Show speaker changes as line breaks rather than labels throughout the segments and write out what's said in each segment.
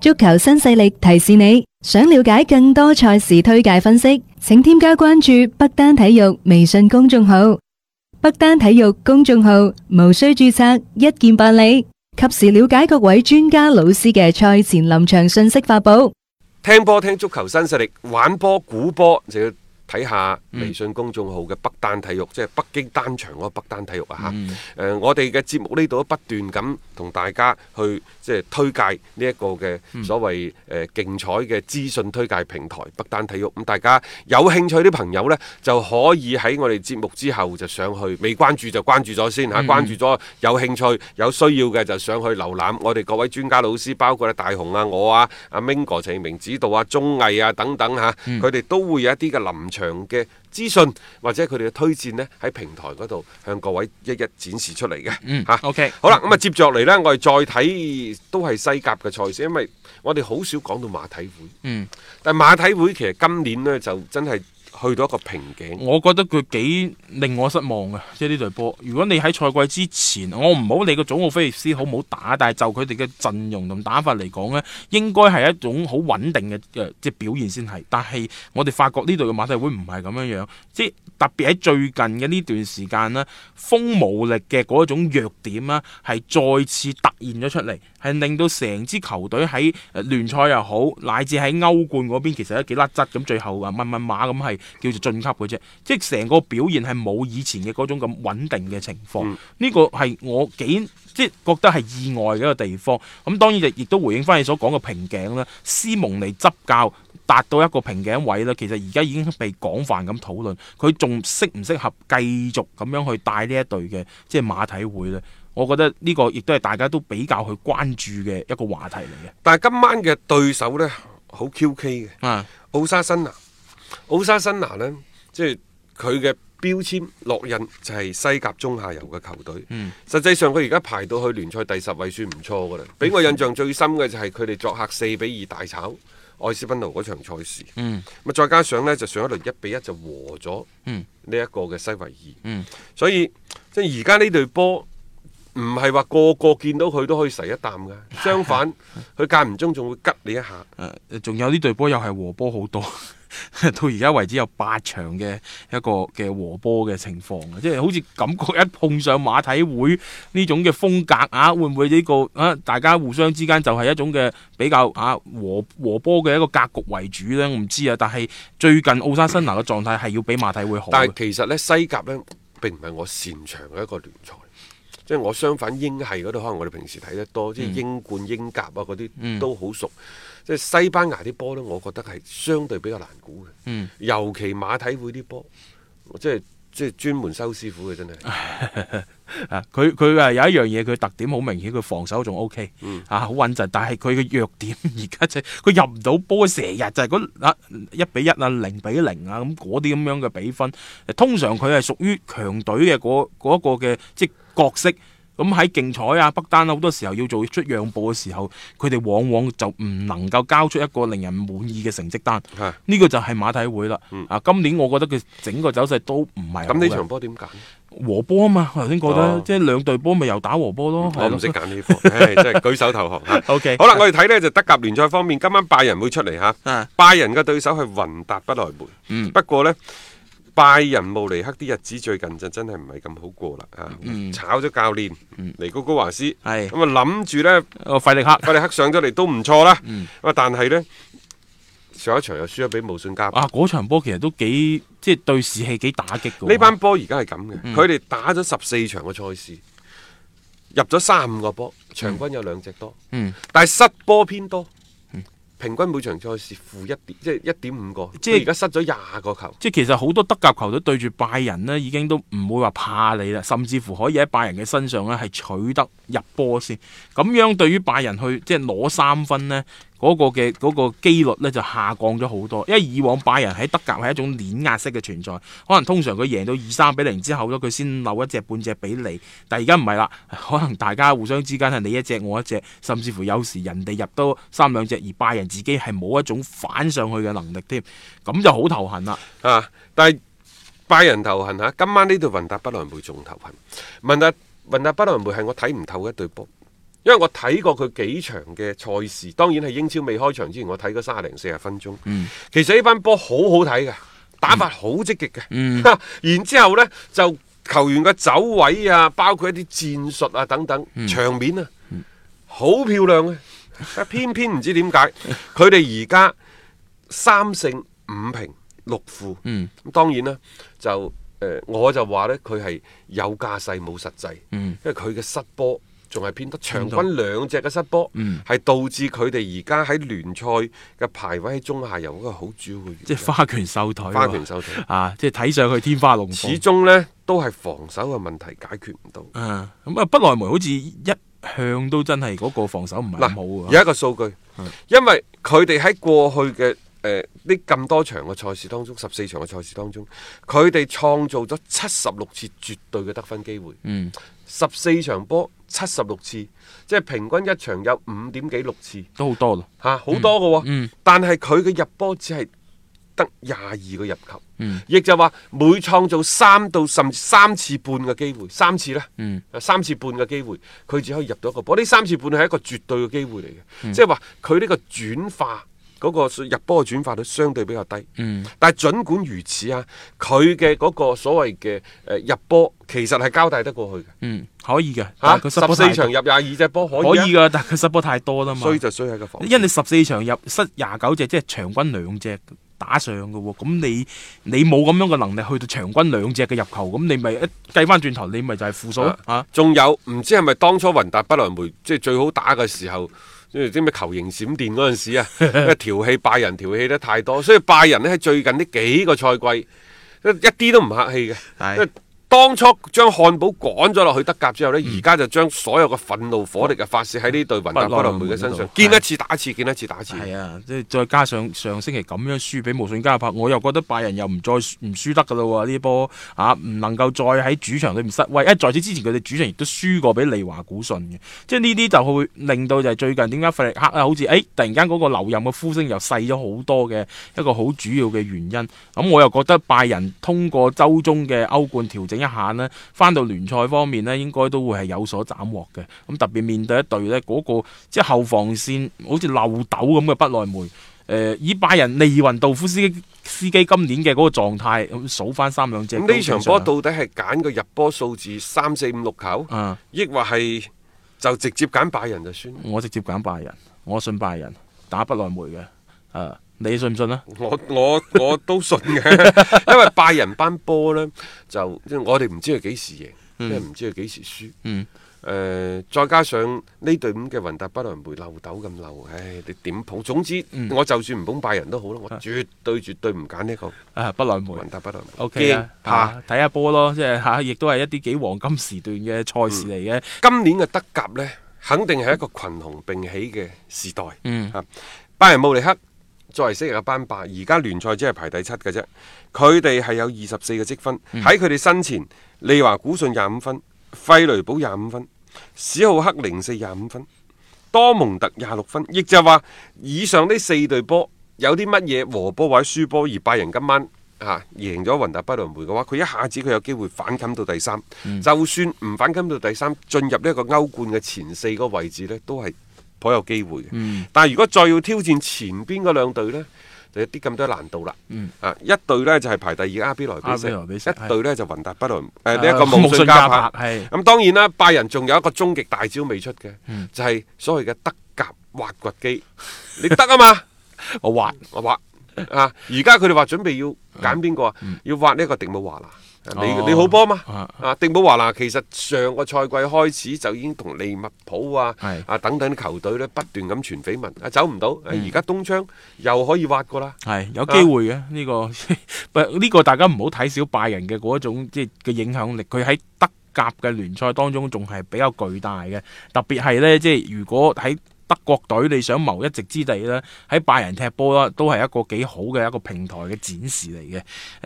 足球新勢力提示你，想了解更多賽事推介分析，請添加關注北單體育微信公眾號。北單體育公眾號無需註冊，一鍵辦理，及時了解各位專家老師嘅賽前臨場信息發布。
聽波聽足球新勢力，玩波估波就要睇下微信公眾號嘅北單體育，即係北京單場嗰個北單體育啊
嗯
嚇。誒、呃我哋嘅節目呢度都不斷咁同大家去即係推介呢一個嘅所謂誒、呃、競彩嘅資訊推介平台北單體育。咁、大家有興趣啲朋友呢，就可以喺我哋節目之後就上去，未關注就關注咗先嚇，關注咗有興趣有需要嘅就上去瀏覽。我哋各位專家老師，包括咧大雄啊、我啊、阿 Mingo 陳明指導啊、鐘毅啊等等嚇，佢哋、都會有一啲嘅臨場嘅資訊或者佢哋嘅推薦呢，喺平台嗰度向各位一一展示出嚟嘅。
嗯
嚇
OK
好啦，咁啊接著嚟呢，我哋再睇都係西甲嘅賽事，因為我哋好少講到馬體會。
嗯，
但馬體會其實今年呢，就真係去到一個瓶頸。
我覺得佢幾令我失望嘅，即係呢隊波。如果你喺賽季之前，我唔好理個祖奧菲利斯好唔好打，但係就佢哋嘅陣容同打法嚟講呢，應該係一種好穩定嘅嘅即係表現先係。但係我哋發覺呢隊嘅馬體會唔係咁樣樣，即係特別喺最近嘅呢段時間啦，風無力嘅嗰一種弱點啦，係再次突現咗出嚟，係令到成支球隊喺誒聯賽又好，乃至喺歐冠嗰邊其實都幾甩質咁，最後啊問問馬咁係叫做晉級嘅啫，即係成個表現係冇以前嘅嗰種咁穩定嘅情況。
嗯
呢個係我幾即係覺得係意外嘅一個地方。咁當然亦亦都回應翻你所講嘅瓶頸啦。斯蒙尼執教達到一個瓶頸位啦，其實而家已經被廣泛咁討論，佢仲適唔適合繼續咁樣去帶呢一隊嘅即係馬體會呢？我覺得呢個亦都係大家都比較去關注嘅一個話題嚟嘅。
但係今晚嘅對手呢，好 QK 嘅，
啊，
奧沙辛拿。奧沙辛拿呢，即係佢嘅標籤落印就係西甲中下游嘅球隊。
嗯
實際上佢而家排到去聯賽第十位，算唔錯噶啦。俾我印象最深嘅就係佢哋作客四比二大炒愛斯賓奴嗰場賽事。
嗯
咁啊再加上呢，就上一輪一比一就和咗
嗯
呢一個嘅西維爾。
嗯
所以即係而家呢隊波唔係話個個見到佢都可以噬一啖㗎，相反佢間唔中仲會吉你一下。
誒呃仲有呢隊波又係和波好多， 到而家為止有八場嘅一個嘅和波嘅情況啊嘅，即係好似感覺一碰上馬體會呢種嘅風格啊，會唔會呢、個啊大家互相之間就係一種嘅比較啊和和波嘅一個格局為主呢？我唔知啊，但係最近奧沙辛拿嘅狀態係要比馬體會好嘅。啊
但係其實呢，西甲呢並唔係我擅長嘅一個聯賽。即係我相反英系嗰度，可能我哋平時睇得
嗯
多，即係英冠、英甲啊嗰啲都好熟。即係西班牙啲波呢，我覺得係相對比較難估嘅。
嗯
尤其馬體會啲波，即係即係專門收師傅嘅真係。
啊，佢佢啊有一樣嘢，佢特點好明顯，佢防守仲 O K，啊好穩陣，但係佢嘅弱點而家就係佢入唔到波，成日就係嗰啊一比一啊、零比零啊咁嗰啲咁樣嘅比分。通常佢係屬於強隊嘅嗰嗰一個嘅即係角色。咁喺競賽啊、北單啊好多時候要做出讓步嘅時候，佢哋往往就唔能夠交出一個令人滿意嘅成績單。
嚇
呢個就係啊馬體會啦。啊，今年我覺得佢整個走勢都唔係
咁呢
好嘅啊
場波點揀？
和波啊嘛，頭先覺得、
哦嗯
即係兩隊波咪又打和波哦咯，
我唔識揀呢啲波，唉真係舉手 投降。
OK，
好啦，我哋睇呢就德甲聯賽方面，今晚拜仁會出嚟吓，
啊
拜仁嘅對手係雲達不來梅。
嗯
不過呢，拜仁慕尼黑啲日子最近就真係唔係咁好過啦啊！
嗯
炒咗教練尼高高華斯，咁啊
係
諗住呢，
個費力克
費利克上咗嚟都唔錯啦。咁啊，但係呢，上一場又輸咗俾慕遜加。
啊，嗰場波其實都幾即係對士氣幾打擊嘅喎。
呢班波而家係咁嘅，
嗯
佢哋打咗十四場嘅賽事，入咗三五個波，場均有兩隻多，
嗯
但係失波偏多，平均每場賽事負一點，即係一點五個，即
即係
係而家失咗廿個球。
即係其實好多德甲球隊對住拜仁呢，已經都唔會話怕你啦，甚至乎可以喺拜仁嘅身上呢係取得入波先。咁樣對於拜仁去即係攞三分呢，嗰、個嘅嗰、個機率呢就下降咗好多。因為以往拜仁喺德甲係一種碾壓式嘅存在，可能通常佢贏到二三比零之後呢，佢先漏一隻半隻俾你。但係而家唔係啦，可能大家互相之間係你一隻我一隻，甚至乎有時人哋入多三兩隻，而拜仁自己係冇一種反上去嘅能力添，咁就好頭痕啦。
啊！但係拜仁頭痕啊嚇，今晚呢隊雲達不萊梅仲頭痕。雲達雲達不萊梅係我睇唔透嘅一隊波，因為我睇過佢幾場嘅賽事，當然係英超未開場之前，我睇咗三十零四十分鐘。
嗯
其實呢班波好好睇嘅，打法好積極嘅。
嗯
然之後呢，就球員嘅走位啊，包括一啲戰術啊等等，
嗯
場面啊，好漂亮啊！但偏偏唔知點解，佢哋而家三勝五平六負。
嗯
咁當然啦，就誒、呃我就話呢，佢係有架勢冇實際，
嗯
因為佢嘅失波仲係偏多，場
偏多
均兩隻嘅失波，係、
嗯
導致佢哋而家喺聯賽嘅排位喺中下游嗰個好主要嘅原因。
即係花拳繡腿喎，
花拳手腿，
啊！即係睇上去天花龍
始
鳳。
終呢都係防守嘅問題解決唔到。
嗯，咁啊，不來梅好似一向都真係嗰個防守唔係咁好啊。
有一個數據，因為佢哋喺過去嘅誒呢咁多場嘅賽事當中，十四場嘅賽事當中，佢哋創造咗七十六次絕對嘅得分機會，
嗯
十四場波七十六次，即係平均一場有五點幾六次，
都好多咯。
嚇好、多嘅喎、
嗯
但係佢嘅入波只係得廿二個入球，
嗯
亦就話每創造三到甚至三次半嘅機會，三次啦。
嗯
三次半嘅機會，佢只可以入到一個波。呢三次半係一個絕對嘅機會嚟嘅，
嗯
即係話佢呢個轉化嗰、個入波嘅轉化率相對比較低。
嗯
但係儘管如此啊，佢嘅嗰個所謂嘅誒、呃入波其實係交代得過去嘅
嗯，可以嘅。但係佢失
嚇。
波
十
太
四場入廿二隻波可
可
以
以
啊，
噶，但係佢失波太多啦嘛。
衰就衰喺個防守。
啊因為你十四場入失廿九隻，即係場均兩隻打上嘅喎。咁你你冇咁樣嘅能力去到場均兩隻嘅入球，咁你咪一計翻轉頭，你咪就係負數咯啊！
仲有唔知係咪當初雲達不萊梅即係最好打嘅時候，即係啲咩球形閃電嗰陣時 啊，因為調戲拜仁調戲得太多，所以拜仁呢喺最近呢幾個賽季一啲都唔客氣嘅。因為當初將漢堡趕咗落去德甲之後呢，
嗯
而家就將所有嘅憤怒火力嘅啊發泄喺呢隊雲達不萊梅嘅身
不萊梅
上
嗰度，
見一次打一次，見一次打一次。
係啊，即係再加上上星期咁樣輸俾無信加柏，我又覺得拜仁又唔再輸唔輸得噶啦喎，呢波啊唔能夠再喺主場裏面失威。因為在此之前佢哋主場亦都輸過俾利華古信嘅，即係呢啲就會令到就係最近點解費力克啊，好似誒、哎突然間嗰個留任嘅呼聲又細咗好多嘅一個好主要嘅原因。咁、我又覺得拜仁通過周中嘅歐冠調整一下呢，翻到聯賽方面呢，應該都會係有所斬獲嘅。咁特別面對一隊呢嗰、個即係後防線好似漏斗咁嘅不萊梅。誒、以拜仁利雲道夫斯基司機今年嘅嗰個狀態，咁數翻三兩隻。
咁呢場波到底係揀個入波數字三四五六球，
啊，
抑或係就直接揀拜仁就算？
我直接揀拜仁，我信拜仁打不萊梅嘅。啊，你信唔信啊？
我我我都信嘅， 因為拜仁班波呢，就即係我哋唔知佢幾時贏，即係唔知佢幾時輸。
嗯
誒、再加上呢隊咁嘅雲達不萊梅漏斗咁漏，唉，你點捧？總之，
嗯
我就算唔捧拜仁都好啦，我絕對絕對唔揀呢個
啊，不萊梅
雲。達不萊梅。
O K
驚怕
啊，睇下波咯，即係啊吓，亦都係一啲幾黃金時段嘅賽事嚟嘅。
今年嘅德甲呢，肯定係一個群雄並起嘅時代。
嗯
啊拜仁慕尼黑作為昔日嘅班霸，而家聯賽只係排第七嘅啫。佢哋係有二十四個積分，喺佢哋身前，利華古信廿五分，費雷堡廿五分，史浩克零四廿五分，多蒙特廿六分。亦就係話，以上呢四隊波有啲乜嘢和波或者輸波，而拜仁今晚。嚇、啊、贏咗雲達不萊梅嘅話，佢一下子佢有機會反冚到第三。就算唔反冚到第三，進入呢一個歐冠嘅前四個位置呢，都係頗有機會嘅。
嗯
但係如果再要挑戰前邊嗰兩隊呢，就有啲咁多難度啦。啊，一隊呢就係、排第二嘅阿比萊比
嗯阿比萊比
錫，
錫
一隊呢就雲達不萊誒呢
啊
一 個
慕
慕遜
遜加
加
柏
柏。
係
咁當然啦，拜仁仲有一個終極大招未出嘅，
嗯
就係所謂嘅德甲挖掘機。 你得啊嘛，
我滑
我挖啊！而家佢哋話準備要揀邊個啊？要挖呢一個迪姆華拿。你
嗯哦
你好波嘛？
啊
啊，迪姆華拿其實上個賽季開始就已經同利物浦啊
係
啊等等啲球隊咧不斷咁傳緋聞，啊走唔到，啊而家東窗又可以挖過啦。
係有機會嘅呢、個， 不呢個大家唔好睇小拜仁嘅嗰一種即係嘅影響力，佢喺德甲嘅聯賽當中仲係比較巨大嘅，特別係呢，即係如果喺德國隊你想謀一席之地呢，喺拜仁踢波啦，都係一個幾好嘅一個平台嘅展示嚟嘅。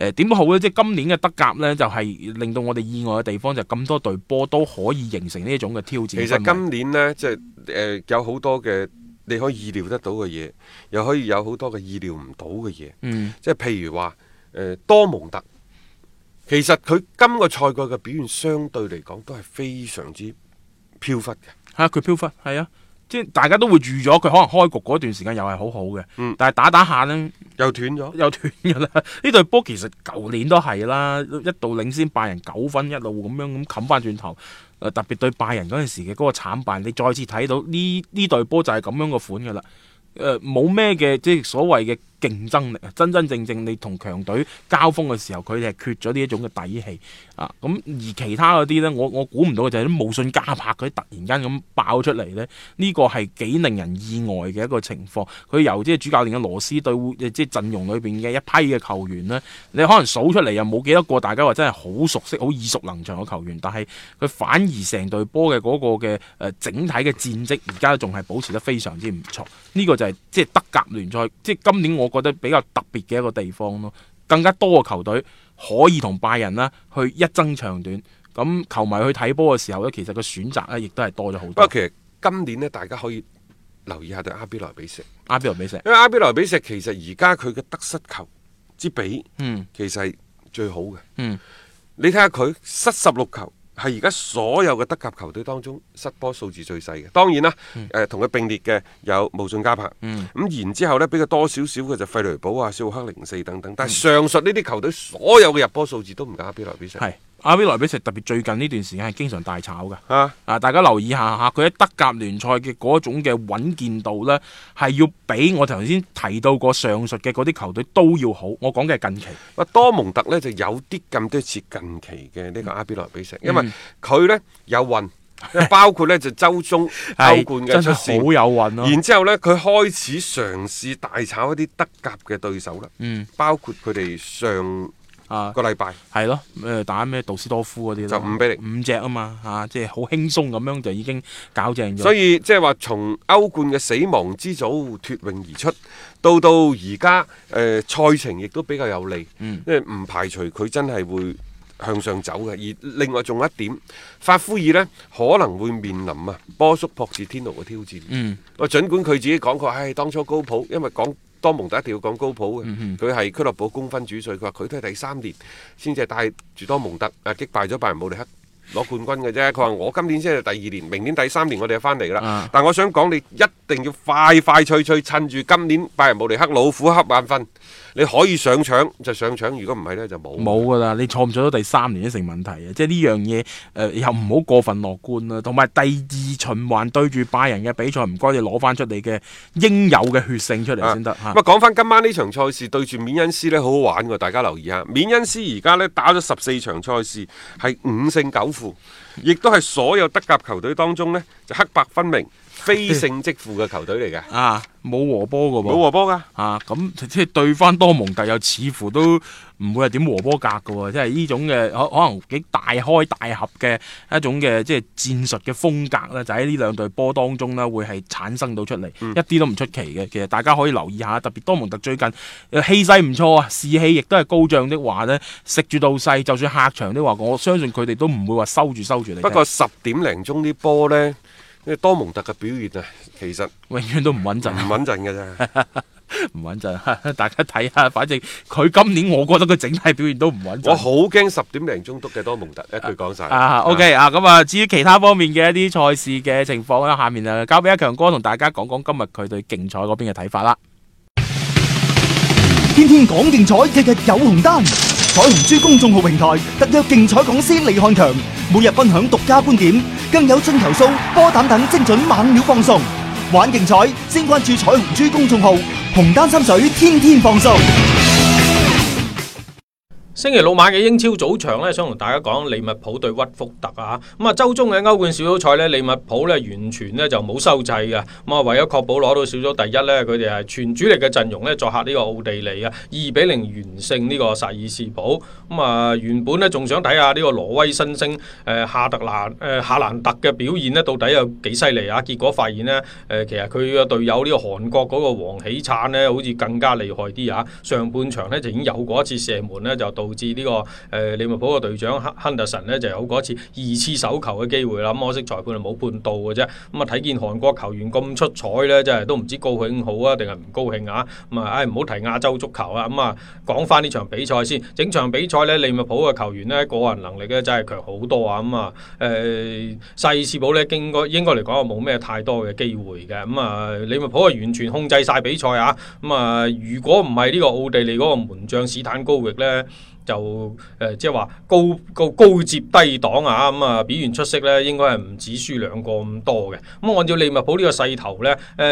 誒、點都好呢，即係今年嘅德甲呢，就係、令到我哋意外嘅地方就係咁多隊波都可以形成呢一種嘅挑戰氛圍。
其實今年呢，即係誒有好多嘅你可以意料得到嘅嘢，又可以有好多嘅意料唔到嘅嘢。
嗯
即係譬如話誒、呃多蒙特，其實佢今個賽季嘅表現相對嚟講都係非常之飄忽嘅。
係啊，佢飄忽，係啊，即係大家都會預咗佢可能開局嗰段時間又係好好嘅，
嗯
但係打打下呢，
又斷咗。
又斷㗎啦。呢隊波其實舊年都係啦，一度領先拜仁九分，一路咁樣咁冚翻轉頭。誒呃特別對拜仁嗰陣時嘅嗰個慘敗，你再次睇到呢呢隊波就係咁樣個款㗎啦。誒冇咩嘅即係所謂嘅競爭力啊，真真正正你同強隊交鋒嘅時候，佢哋係缺咗呢一種嘅底氣啊。咁而其他嗰啲呢，我我估唔到嘅就係啲無信加拍佢突然間咁爆出嚟呢，呢、個係幾令人意外嘅一個情況。佢由即係主教練嘅羅斯對烏即係陣容裏邊嘅一批嘅球員呢，你可能數出嚟又冇幾多個大家話真係好熟悉、好耳熟能詳嘅球員，但係佢反而成隊波嘅嗰個嘅誒、呃整體嘅戰績，而家仲係保持得非常之唔錯。呢、個就係即係德甲聯賽，即係今年我覺得比較特別嘅一個地方咯。更加多嘅球隊可以同拜仁啦去一爭長短。咁球迷去睇波嘅時候呢，其實個選擇呢亦都係多咗好
不過
多。
其實今年呢，大家可以留意下對阿比萊比錫，
阿比羅比錫，
因為阿比萊比錫其實而家佢嘅得失球之比
嗯
其實係最好嘅。
嗯，
你睇下佢失十六球，係而家所有嘅德甲球隊當中失波數字最細嘅。當然啦，
嗯
誒同佢並列嘅有無信加柏，咁、然之後呢，比佢多少少嘅就費雷堡啊、少克零四等等。
嗯
但係上述呢啲球隊所有嘅入波數字都唔夠阿比萊比錫。
係阿比羅比錫特別最近呢段時間係經常大炒㗎。
啊，
啊，大家留意下嚇，佢喺德甲聯賽嘅嗰種嘅穩健度呢，係要比我頭先提到過上述嘅嗰啲球隊都要好。我講嘅係近期，
喂啊多蒙特呢就有啲咁多似近期嘅
嗯
呢個阿比萊比錫，因為佢呢有運，包括呢就周中歐冠嘅
真
出
係
線
好。有運咯、
然之後呢，佢開始嘗試大炒一啲德甲嘅對手啦，
嗯
包括佢哋上
啊，
個禮拜
係咯，誒打咩杜斯多夫嗰啲
就
咯
五比零，
五隻啊嘛嚇，即係好輕鬆咁樣就已經搞正咗。
所以即係話從歐冠嘅死亡之組脱穎而出，到到而家誒賽程亦都比較有利，
嗯
因為唔排除佢真係會向上走嘅。而另外仲有一點，法夫爾呢可能會面臨啊波叔博治天奴嘅挑戰。
嗯
我儘管佢自己講過，唉，當初高普，因為講多蒙特一定要講高普嘅，
嗯
佢係、俱樂部公分主帥，佢話佢都係第三年先至係帶住多蒙特啊擊敗咗拜仁慕尼黑。攞冠軍嘅啫，佢話我今年先係第二年，明年第三年我哋就翻嚟啦。
啊
但我想講，你一定要快快脆脆，趁住今年拜仁慕尼黑老虎瞌眼瞓，你可以上場就上場，如果唔係呢，就冇。
冇噶啦，你錯唔錯到第三年都成問題嘅，即係呢樣嘢誒又唔好過分樂觀啦。同埋第二循環對住拜仁嘅比賽，唔該你攞翻出你嘅應有嘅血性出嚟先得嚇
咁啊，。講翻今晚呢場賽事對住緬恩斯呢，好好玩喎！大家留意下，緬恩斯而家呢打咗十四場賽事，係五勝九負，亦都係所有德甲球隊當中呢，就黑白分明、非勝即負嘅球隊嚟嘅，
啊，冇和波噶
冇
喎。
和波噶。
啊，咁即係對翻多蒙特又似乎都唔會係點和波格嘅喎，即係呢種嘅可可能幾大開大合嘅一種嘅即係戰術嘅風格咧，就喺呢兩隊波當中呢會係產生到出嚟，
嗯
一啲都唔出奇嘅。其實大家可以留意下，特別多蒙特最近呃氣勢唔錯啊，士氣亦都係高漲的話呢，食住到勢，就算客場的話，我相信佢哋都唔會話收住收住你。
不過十點零鐘啲波呢，因為多蒙特嘅表現啊，其實唔
永遠都唔穩陣。
穩陣嘅 咋。
唔穩陣， 大家睇下。反正佢今年我覺得佢整體表現都唔穩陣。
我好驚十點零鐘督嘅多蒙特，一句講晒。
啊，OK 啊，咁啊，至於其他方面嘅一啲賽事嘅情況啦，下面啊交俾阿強哥同大家講講今日佢對競賽嗰邊嘅睇法啦。
天天講競彩，日日有紅單。彩虹珠公眾號平台特約競彩講師李漢強，每日分享獨家觀點，更有進球數、波膽等精準猛料放送。玩競彩，先關注彩虹珠公眾號，紅單心水，天天放送。
星期六晚嘅英超早場咧，想同大家講利物浦對屈福特啊，咁啊周中嘅歐冠小組賽咧，利物浦咧完全咧就冇收掣嘅，咁啊為咗確保攞到小組第一咧，佢哋係全主力嘅陣容咧作客呢個奧地利啊，二比零完勝呢個薩爾士堡，咁啊原本咧仲想睇下呢個挪威新星誒、呃夏特蘭誒、呃夏蘭特嘅表現咧到底有幾犀利啊，結果發現咧誒、呃其實佢嘅隊友呢個韓國嗰個黃喜燦咧好似更加厲害啲啊，上半場咧就已經有過一次射門咧就導導致呢、個誒、呃利物浦嘅隊長亨亨特臣呢，就有嗰一次二次手球嘅機會啦。咁可惜裁判係冇判到嘅啫。咁啊睇見韓國球員咁出彩呢，真係都唔知高興好啊定係唔高興啊。咁啊，唉唔好提亞洲足球啊。咁啊講翻呢場比賽先，整場比賽呢，利物浦嘅球員呢，個人能力呢，真係強好多啊。咁啊誒細士堡呢，應該應該嚟講冇咩太多嘅機會嘅。咁啊利物浦係完全控制晒比賽啊。咁啊，如果唔係呢個奧地利嗰個門將史坦高域呢，就誒、呃即係話高高高接低擋啊，咁啊表現出色呢，應該係唔止輸兩個咁多嘅。咁按照利物浦呢個勢頭呢，誒、呃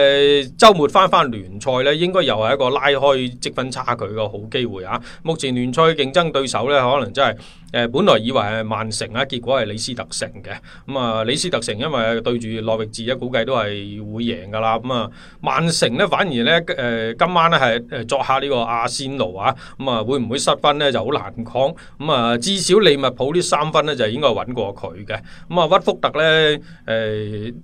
週末翻翻聯賽呢，應該又係一個拉開積分差距嘅好機會啊！目前聯賽競爭對手呢，可能真係誒、呃本來以為係曼城啊，結果係李斯特城嘅。咁啊，李斯特城因為對住諾域治咧，估計都係會贏噶啦。咁啊，曼城咧反而咧，誒、今晚咧係誒作客呢個阿仙奴啊，咁啊會唔會失分咧就好難講。咁啊，至少利物浦呢三分咧就應該揾過佢嘅。咁啊，屈福特咧誒、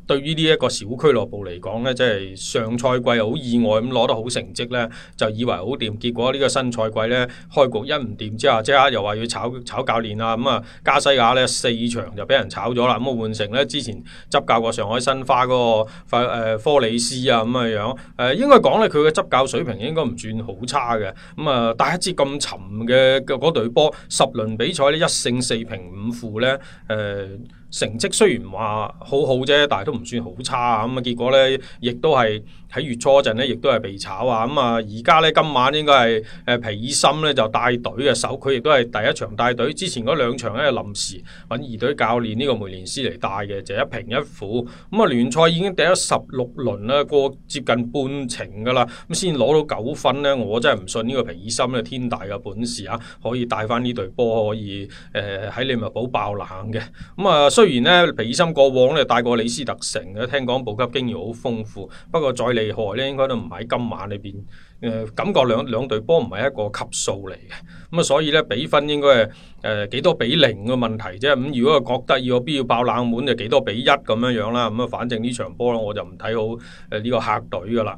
對於呢一個小俱樂部嚟講咧，即係上賽季好意外咁攞得好成績咧，就以為好掂，結果呢個新賽季咧開局一唔掂之下，即刻又話要炒炒教練啊，咁啊加西亞咧四場就俾人炒咗啦，咁啊換成咧之前執教過上海申花嗰個法誒科里斯啊咁嘅樣，誒、呃、應該講咧佢嘅執教水平應該唔算好差嘅，咁啊但係一支咁沉嘅嘅嗰隊波，十輪比賽呢，一勝四平五負咧，誒、成績雖然話好好啫，但係都唔算好差啊！咁啊，結果呢，亦都係喺月初嗰陣呢，亦都係被炒啊！咁啊，而家呢，今晚應該係誒皮爾森呢就帶隊嘅首，佢亦都係第一場帶隊，之前嗰兩場呢，臨時揾二隊教練呢個梅連斯嚟帶嘅，就一平一負。咁啊，聯賽已經掟咗十六輪啦，過接近半程噶啦，咁先攞到九分呢，我真係唔信呢個皮爾森呢，天大嘅本事啊，可以帶翻呢隊波可以誒喺利物浦爆冷嘅。咁啊，雖然咧皮爾森過往咧帶過李斯特城嘅，聽講補級經驗好豐富，不過再厲害咧，應該都唔喺今晚裏邊。誒、感覺兩兩隊波唔係一個級數嚟嘅，咁啊所以咧比分應該係誒、呃幾多比零嘅問題啫。咁如果覺得要必要爆冷門就幾多比一咁樣樣啦。咁啊，反正呢場波我就唔睇好誒呢個客隊噶啦。